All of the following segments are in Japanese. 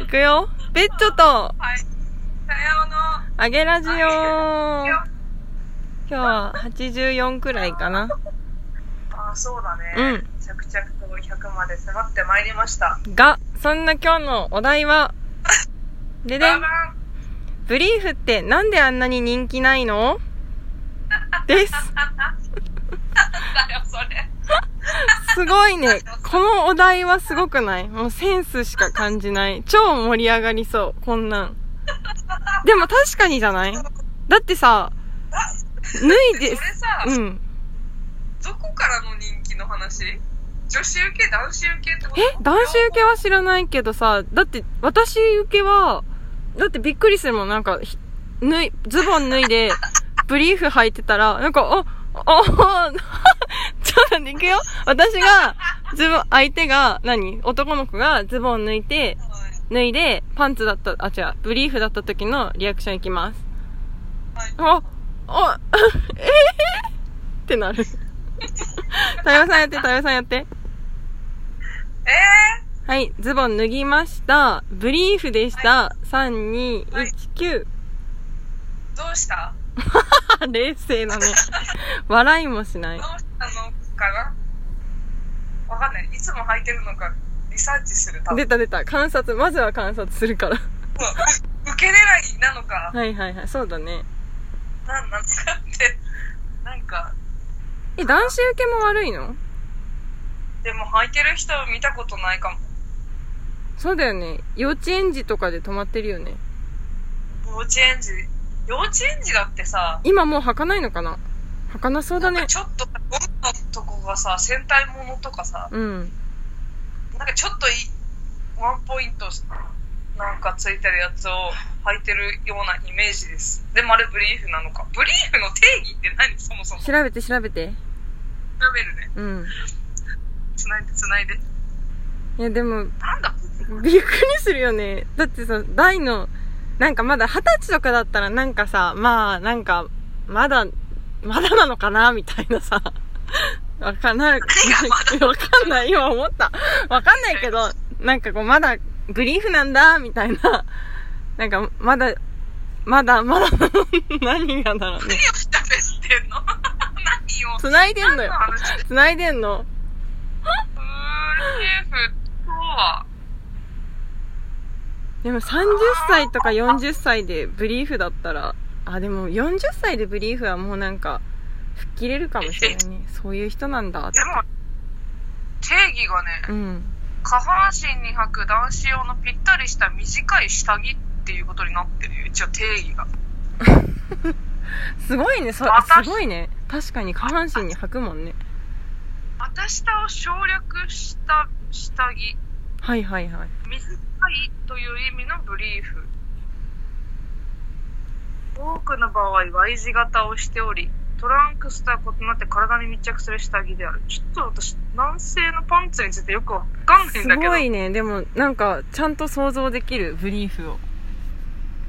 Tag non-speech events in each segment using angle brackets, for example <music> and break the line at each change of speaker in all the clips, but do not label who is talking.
いくよ。ベッチョと、
はい。さような
あげラジオ。今
ら。
日は84くらいかな。
<laughs> ああ、そうだね。
うん。
着々と100まで迫ってまいりました。
が、そんな今日のお題は、でで
バ
ん
ンバ、ン
ブリーフってなんであんなに人気ないのです。
だよ、それ。
すごいね。このお題はすごくないもうセンスしか感じない。超盛り上がりそう。こんなん。でも確かにじゃないだってさ、脱い
そ
で
れ、さ、
うん。
どこからの人気の話女子受け、男子受けってこと
え男子受けは知らないけどさ、だって、私受けは、だってびっくりするもん、なんか、ひ脱い、ズボン脱い
<laughs>
で、ブリーフ履いてたら、なんか、お、 <laughs> お、ちょっと待って、いくよ。私が、ズボン、相手が、何男の子がズボン脱いて、脱いで、パンツだった、あ、違う、ブリーフだった時のリアクションいきます。
はい。
お、お、え <laughs> ー、って
<laughs>
なる。太陽さんやって、太陽さんやって。
え
はい、ズボン脱ぎました。ブリーフでした。3219。
ー、どうした
あ <laughs> 冷静だね。笑いもしな
ど。
いう
したのかなわかんない。いつも履いてるのか、リサーチする、多分。
出た出た。観察、まずは観察するから。
<laughs> 受け狙いなのか、
はいはいはい、そうだね。
なんなのかって。なんか、
え、男子受けも悪いの
でも履いてる人見たことないかも。
そうだよね。幼稚園児とかで止まってるよね。
幼稚園児幼稚園児だってさ、
今もう履かないのかな履かなそうだ
なんか
ね。
ちょっとゴムのとこがさ戦隊ものとかさ
うん。
なんかちょっといワンポイントなんかついてるやつを履いてるようなイメージですでもあれブリーフなのかブリーフの定義って何そもそも
調
調
べて調べて。
べるね
うん。
つないでつないで
いやでも、
なんだブリーフ
びっくりするよね。だってさ、大の、なんかまだ二十歳とかだったらなんかさ、まあなんか、まだ、まだなのかなみたいなさ。わかんない。わかんない。今思った。わかんないけど、なんかこうまだブリーフなんだ、みたいな。なんかまだ、まだ、まだ、何がだろうね。
何をしゃべってんの <laughs> 何を
繋いでんの
何
よ
の。話ブリー
繋いでんの。
フとは
でも30歳とか40歳でブリーフだったらあでも40歳でブリーフはもうなんか吹っ切れるかもしれない
<laughs>
ねそういう人なんだって
でも定義がね、
うん
下半身に履く男子用のぴったりした短い下着っていうことになってるよ一応定義が
すごいねそ
私
すごいね確かに下半身に履くもんね
股下を省略した下着
はいはいはい
短いという意味のブリーフ多くの場合 Y 字型をしておりトランクスとは異なって体に密着する下着であるちょっと私男性のパンツについてよくわかんない
す
んだけど
ごいねでもなんかちゃんと想像できるブリーフを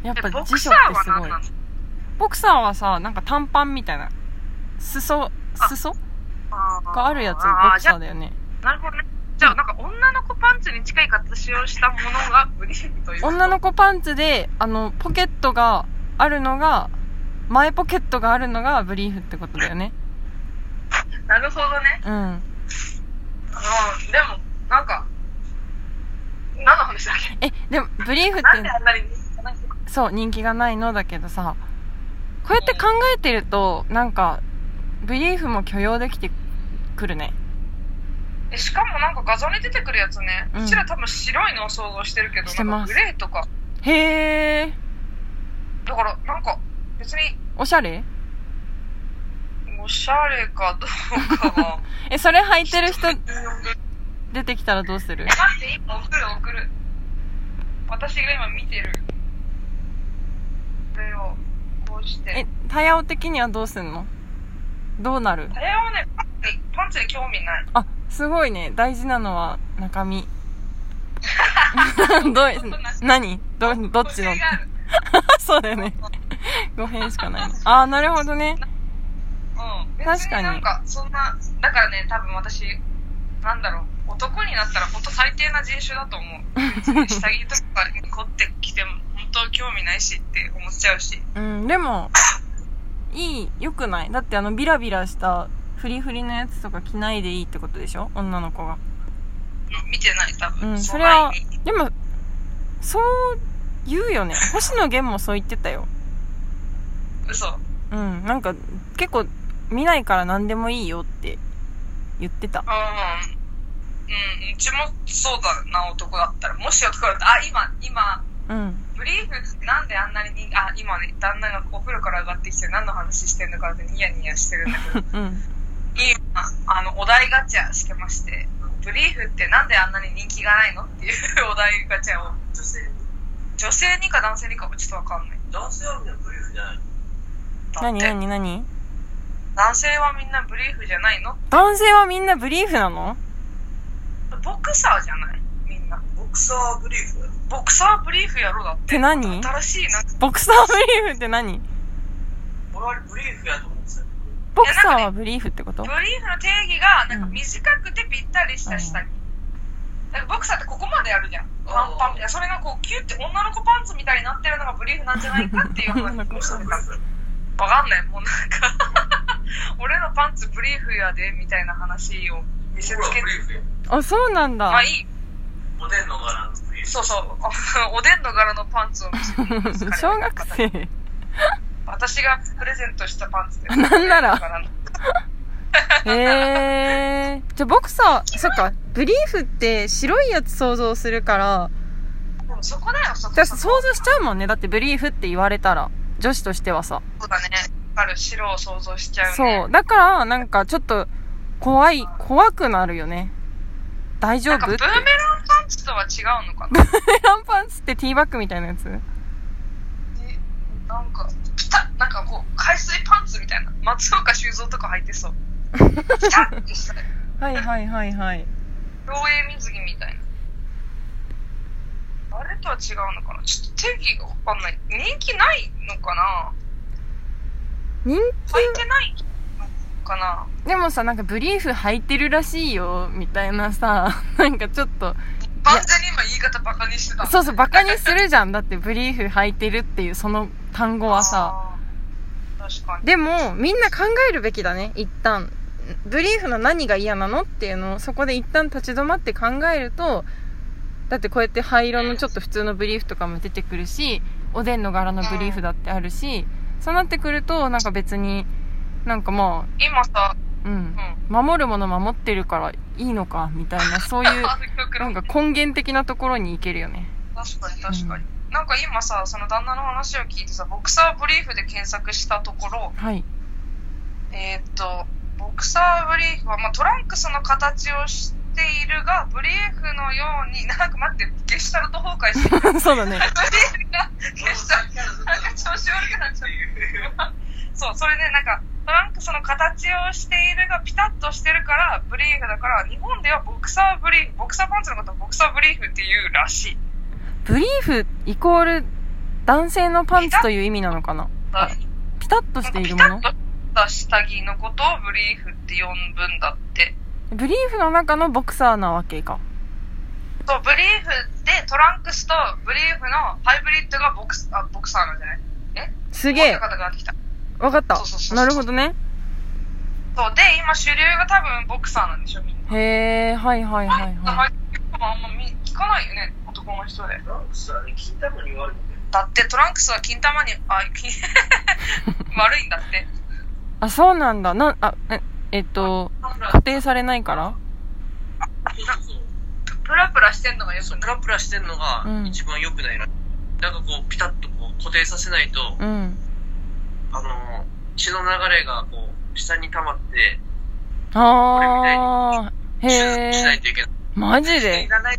やっ
え
ぱ
ボク
辞書
サ
っ
ー
て
は
すご
何
い
なの
ボクサーはさなんか短パンみたいな裾裾
あー
があるやつボ
あ
ク
じゃ
サー
あ
だよね
なるほどね。じゃあ、なんか女の子パンツに近い形をしたものがブリーフという。
女の子パンツであのポケットがあるのが前ポケットがあるのがブリーフってことだよね
なるほどね。
うん
うん。でも、なんか、何の話だっ
<laughs>
け
えでもブリーフっ
なんであ
て
んなに人気がないのか。
そう人気がないのだけどさこうやって考えてるとなんかブリーフも許容できてくるね
えしかもなんか画像に出てくるやつね。
う
うんちら多分白いのを想像してるけど、
して
なん
ま
か
す
グレーとか。
へえ
だから、なんか、別に、
おしゃれ
おしゃれかどうか
<laughs>
は。
えそれ履いてる人
え、待
出てきたらどうする
って、今送る送る。私が今見てる。これを、こうして。
えタヤオ的にはどうすんのどうなる
タヤはねパンツにパンツに興味ない
あすごいね大事なのは中身 <laughs> どうい何どどっちの
個性がある
そうだよね5編しかないのああなるほどね
うん別
確
に
かに
なんかそんなだからね多分私なんだろう男になったら本当最低な人種だと思う下着とかにないしって思っちゃうし。
うん、でも、いい、良くないだってあのビラビラしたフリフリのやつとか着ないでいいってことでしょ女の子が。
うん見てない、多分。
うん、
そ
そ
ん
れ
な
は
に、
でも、そう言うよね。星野源もそう言ってたよ。
嘘。うん。
うん、なんか結構見ないから何でもいいよって言ってた。
うん、うちもそうだな、男だったら。もしよ聞こえたあ、今、今、
うん。
ブリーフってなんであんなに人あ、今ね、旦那がお風呂から上がってきて何の話してんのかってニヤニヤしてるんだけど、
うん。
今、あの、お題ガチャしてまして、ブリーフってなんであんなに人気がないのっていうお題ガチャを。
女性
女性にか男性にかもちょっとわかんない。
男性はみんなブリーフじゃない
だっ
何
て、
何何
男性はみんなブリーフじゃないの
男性はみんなブリーフなの
ボクサーじゃないみんな。
ボクサーはブリーフだよ
ボクサーブリーフやろだっ。
ってて何
新しいなんか
ボクサーブリーフって何
俺はブリーフやと思ってたよ
ボクサーはブリーフってこと
ブリーフの定義がなんか短くてぴったりした下着、なんかボクサーってここまでやるじゃんワンパンみたいなそれがこうキュッて女の子パンツみたいになってるのがブリーフなんじゃないかっていう話
女の子
を
ボク
し
サ
て
ー
た
ブ
分
リーフだよ
かんないもうなんか <laughs> 俺のパンツブリーフやでみたいな話を見せつ
僕は
けて
ブリーフよ
あ、そうなんだ。
まあいい
モデンの柄のブリーフ
そうそう <laughs> おでんの柄のパンツを見せて
<laughs> 小学
<laughs>
生。
私がプレゼントしたパンツで
<laughs> なんなら
ら
へえ。じゃあボクサー、そっか、ブリーフって白いやつ想像するから、
でもそこだよそこ
だ
そ
想
こ
像しちゃうもんね。だってブリーフって言われたら、女子としてはさ。
そうだねわかる白を想像しちゃうね
そう。だから、なんかちょっと、怖い、怖くなるよね。大丈
なん
夫
か
っ
ブ
て。
ー
ブ
メランパンチとは違うのかな
ーメラン <laughs> パンツってティーバッグみたいなやつ
えなんか、ピタッなんかこう、海水パンツみたいな。松岡修造とか履いてそう。ピタッてした。競
はいはいはいはい。
泳水着みたいな。あれとは違うのかなちょっと定義がわかんない。人気ないのかな
人
履いてないのかな
気でもさ、なんかブリーフ履いてるらしいよ、みたいなさ、 <laughs> なんかちょっと、
完全に今言い方バカにしてた。
そうそう、バカにするじゃん。だってブリーフ履いてるっていうその単語はさ。
あー。確かに。
でも、みんな考えるべきだね、一旦。ブリーフの何が嫌なのっていうのを、そこで一旦立ち止まって考えると、だってこうやって灰色のちょっと普通のブリーフとかも出てくるし、おでんの柄のブリーフだってあるし、そうなってくると、なんか別に、なんかま
今さ、
あ、うん
う、ん。
守るもの守ってるからいいのか、みたい
<laughs>
な、そういう、
あよく
な
なんい
か根源的なところに行けるよね。
確かに確かに、なんか今さその旦那の話を聞いてさボクサーブリーフで検索したところ
はい。 <laughs>
えーっとボクサーブリーフは、まあ、トランクスの形をしているがブリーフのように <laughs> なんか待ってゲシュタルト崩壊してるブ
そうだね。
リーフがゲシュタルトなんか調子悪くなっちゃうそうそれで、なんかトランクスの形をしているがピタッとしてるからブリーフだから日本ではボクサーブリーフボクサーパンツのことをボクサーブリーフっていうらしい
ブリーフイコール男性のパンツという意味なのかなピタッとしているもの
ピタッとした下着のことをブリーフって呼ぶんだって。
ブリーフの中のボクサーなわけか。
そう、ブリーフでトランクスとブリーフのハイブリッドがボクス、あ、ボクサーなんじゃない
す
す
げえ。
方ができた。
わかった
そうそうそうそ。う
なるほどね。
そう、で、今主流が多分ボクサーなんでしょ、みんな。
へえ、はいはいはい
パンツ
は
履
い。
いてる人はあんま見聞かないよね、男の人で。
なんかさ金玉に言われて
だってトランクスは金玉に、あ、 <laughs> 金、悪いんだって。
あ、そうなんだ。な、あ、え、えっと、固定されないから
プラプラしてんのがよく
そ
な
う
い
プ。ラプラしてんのが
うん
一番良くないな、なんかこうピタッとこう固定させないと、
うん。
あの血の流れがこう下に溜まって
あー。
<laughs>
手術し
へ
ない
え。
といけない
マジ
い
で
らない。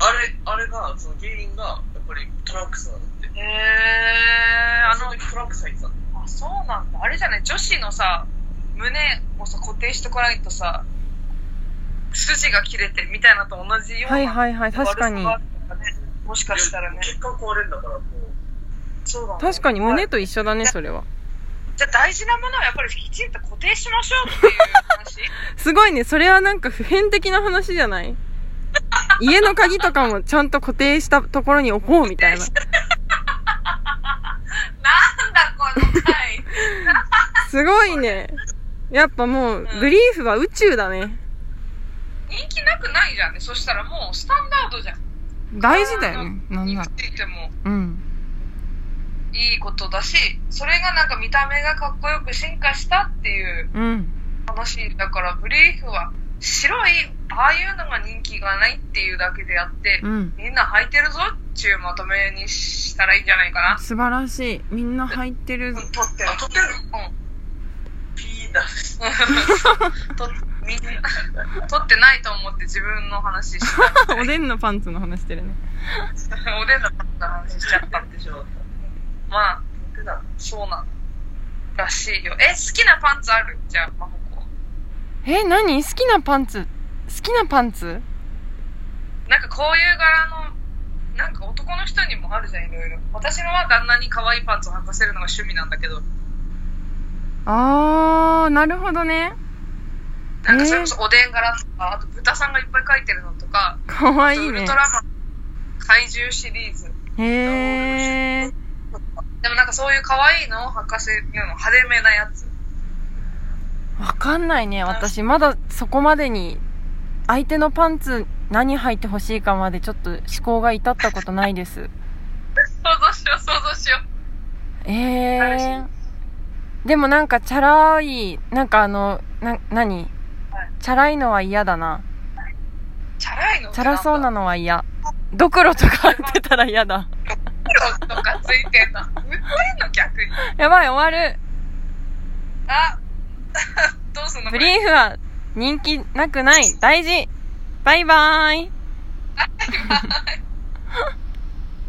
あれあれがその原因がやっぱりトランクスなんだって
へー、
あ
あの
の、時トランクス入ってたの
あ、そうなんだ。あれじゃない、女子のさ、胸をさ、固定しとかないとさ、筋が切れてみたいなと同じような。
はいはいはい。確かに。
悪さがあるのかねもしかしたらね。
血管壊れるんだからこう
そうだね
確かに胸
じ
と一緒だね、それは。
ゃあ大事なものはやっぱりきちんと固定しましょうっていう
<laughs>
話
すごいね。それはなんか普遍的な話じゃ <laughs> ない家の鍵とかもちゃんと固定したところに置こうみたいな。すごいね。やっぱもう、
うん
ブリーフは宇宙だね。
人気なくないじゃんね。そしたらもうスタンダードじゃん。
大事だよね。なん
に
なら。
ついても
うん。
いいことだし、それがなんか見た目がかっこよく進化したっていう
うん。
話だから、ブリーフは白い、ああいうのが人気がないっていうだけであって
う、ん。
みんな履いてるぞっていうまとめにしたらいいんじゃないかな。
素晴らしい。みんな入ってる。
うん、撮って
あ撮ってる
う
ピーだ。す
ん。撮っみんな、撮ってないと思って自分の話しちゃ
<laughs>
っ
おでんのパンツの話してるね。
た。おでんのパンツの話しちゃった。
でしょ。
まあ、
肉だ。
そうなの。らしいよ。え、好きなパンツあるじゃあ、まほこ。
え、何好きなパンツ好きなパンツ
なんかこういう柄の、なんか男の人にもあるじゃん、いろいろ。私のは旦那に可愛いパンツを履かせるのが趣味なんだけど、
あー、なるほどね。
なんかそれこそおでん柄とか、あと豚さんがいっぱい描いてるのとか、
かわ
あ
い
と
い
ウル
ね
ト。ラマン、怪獣シリーズ。
へー。
でもなんかそういう可愛いのを履かせるの派手めなやつ。
わかんないね。私、まだそこまでに、相手のパンツ何履いてほしいかまでちょっと思考が至ったことないです。
想像しよう、想像しよう。
ええー。でもなんかチャラい、なんかあの、な、何チャラいのは嫌だな。
チャラいの
チャラそうな
の。
のは嫌。ドクロとか入ってたら嫌だ。 <laughs>
黒とかついてんの。売ってんの逆に。
やばい、終わる。
あ <laughs> どうすんの
ブリーフは人気なくない。大事。バイバーイ。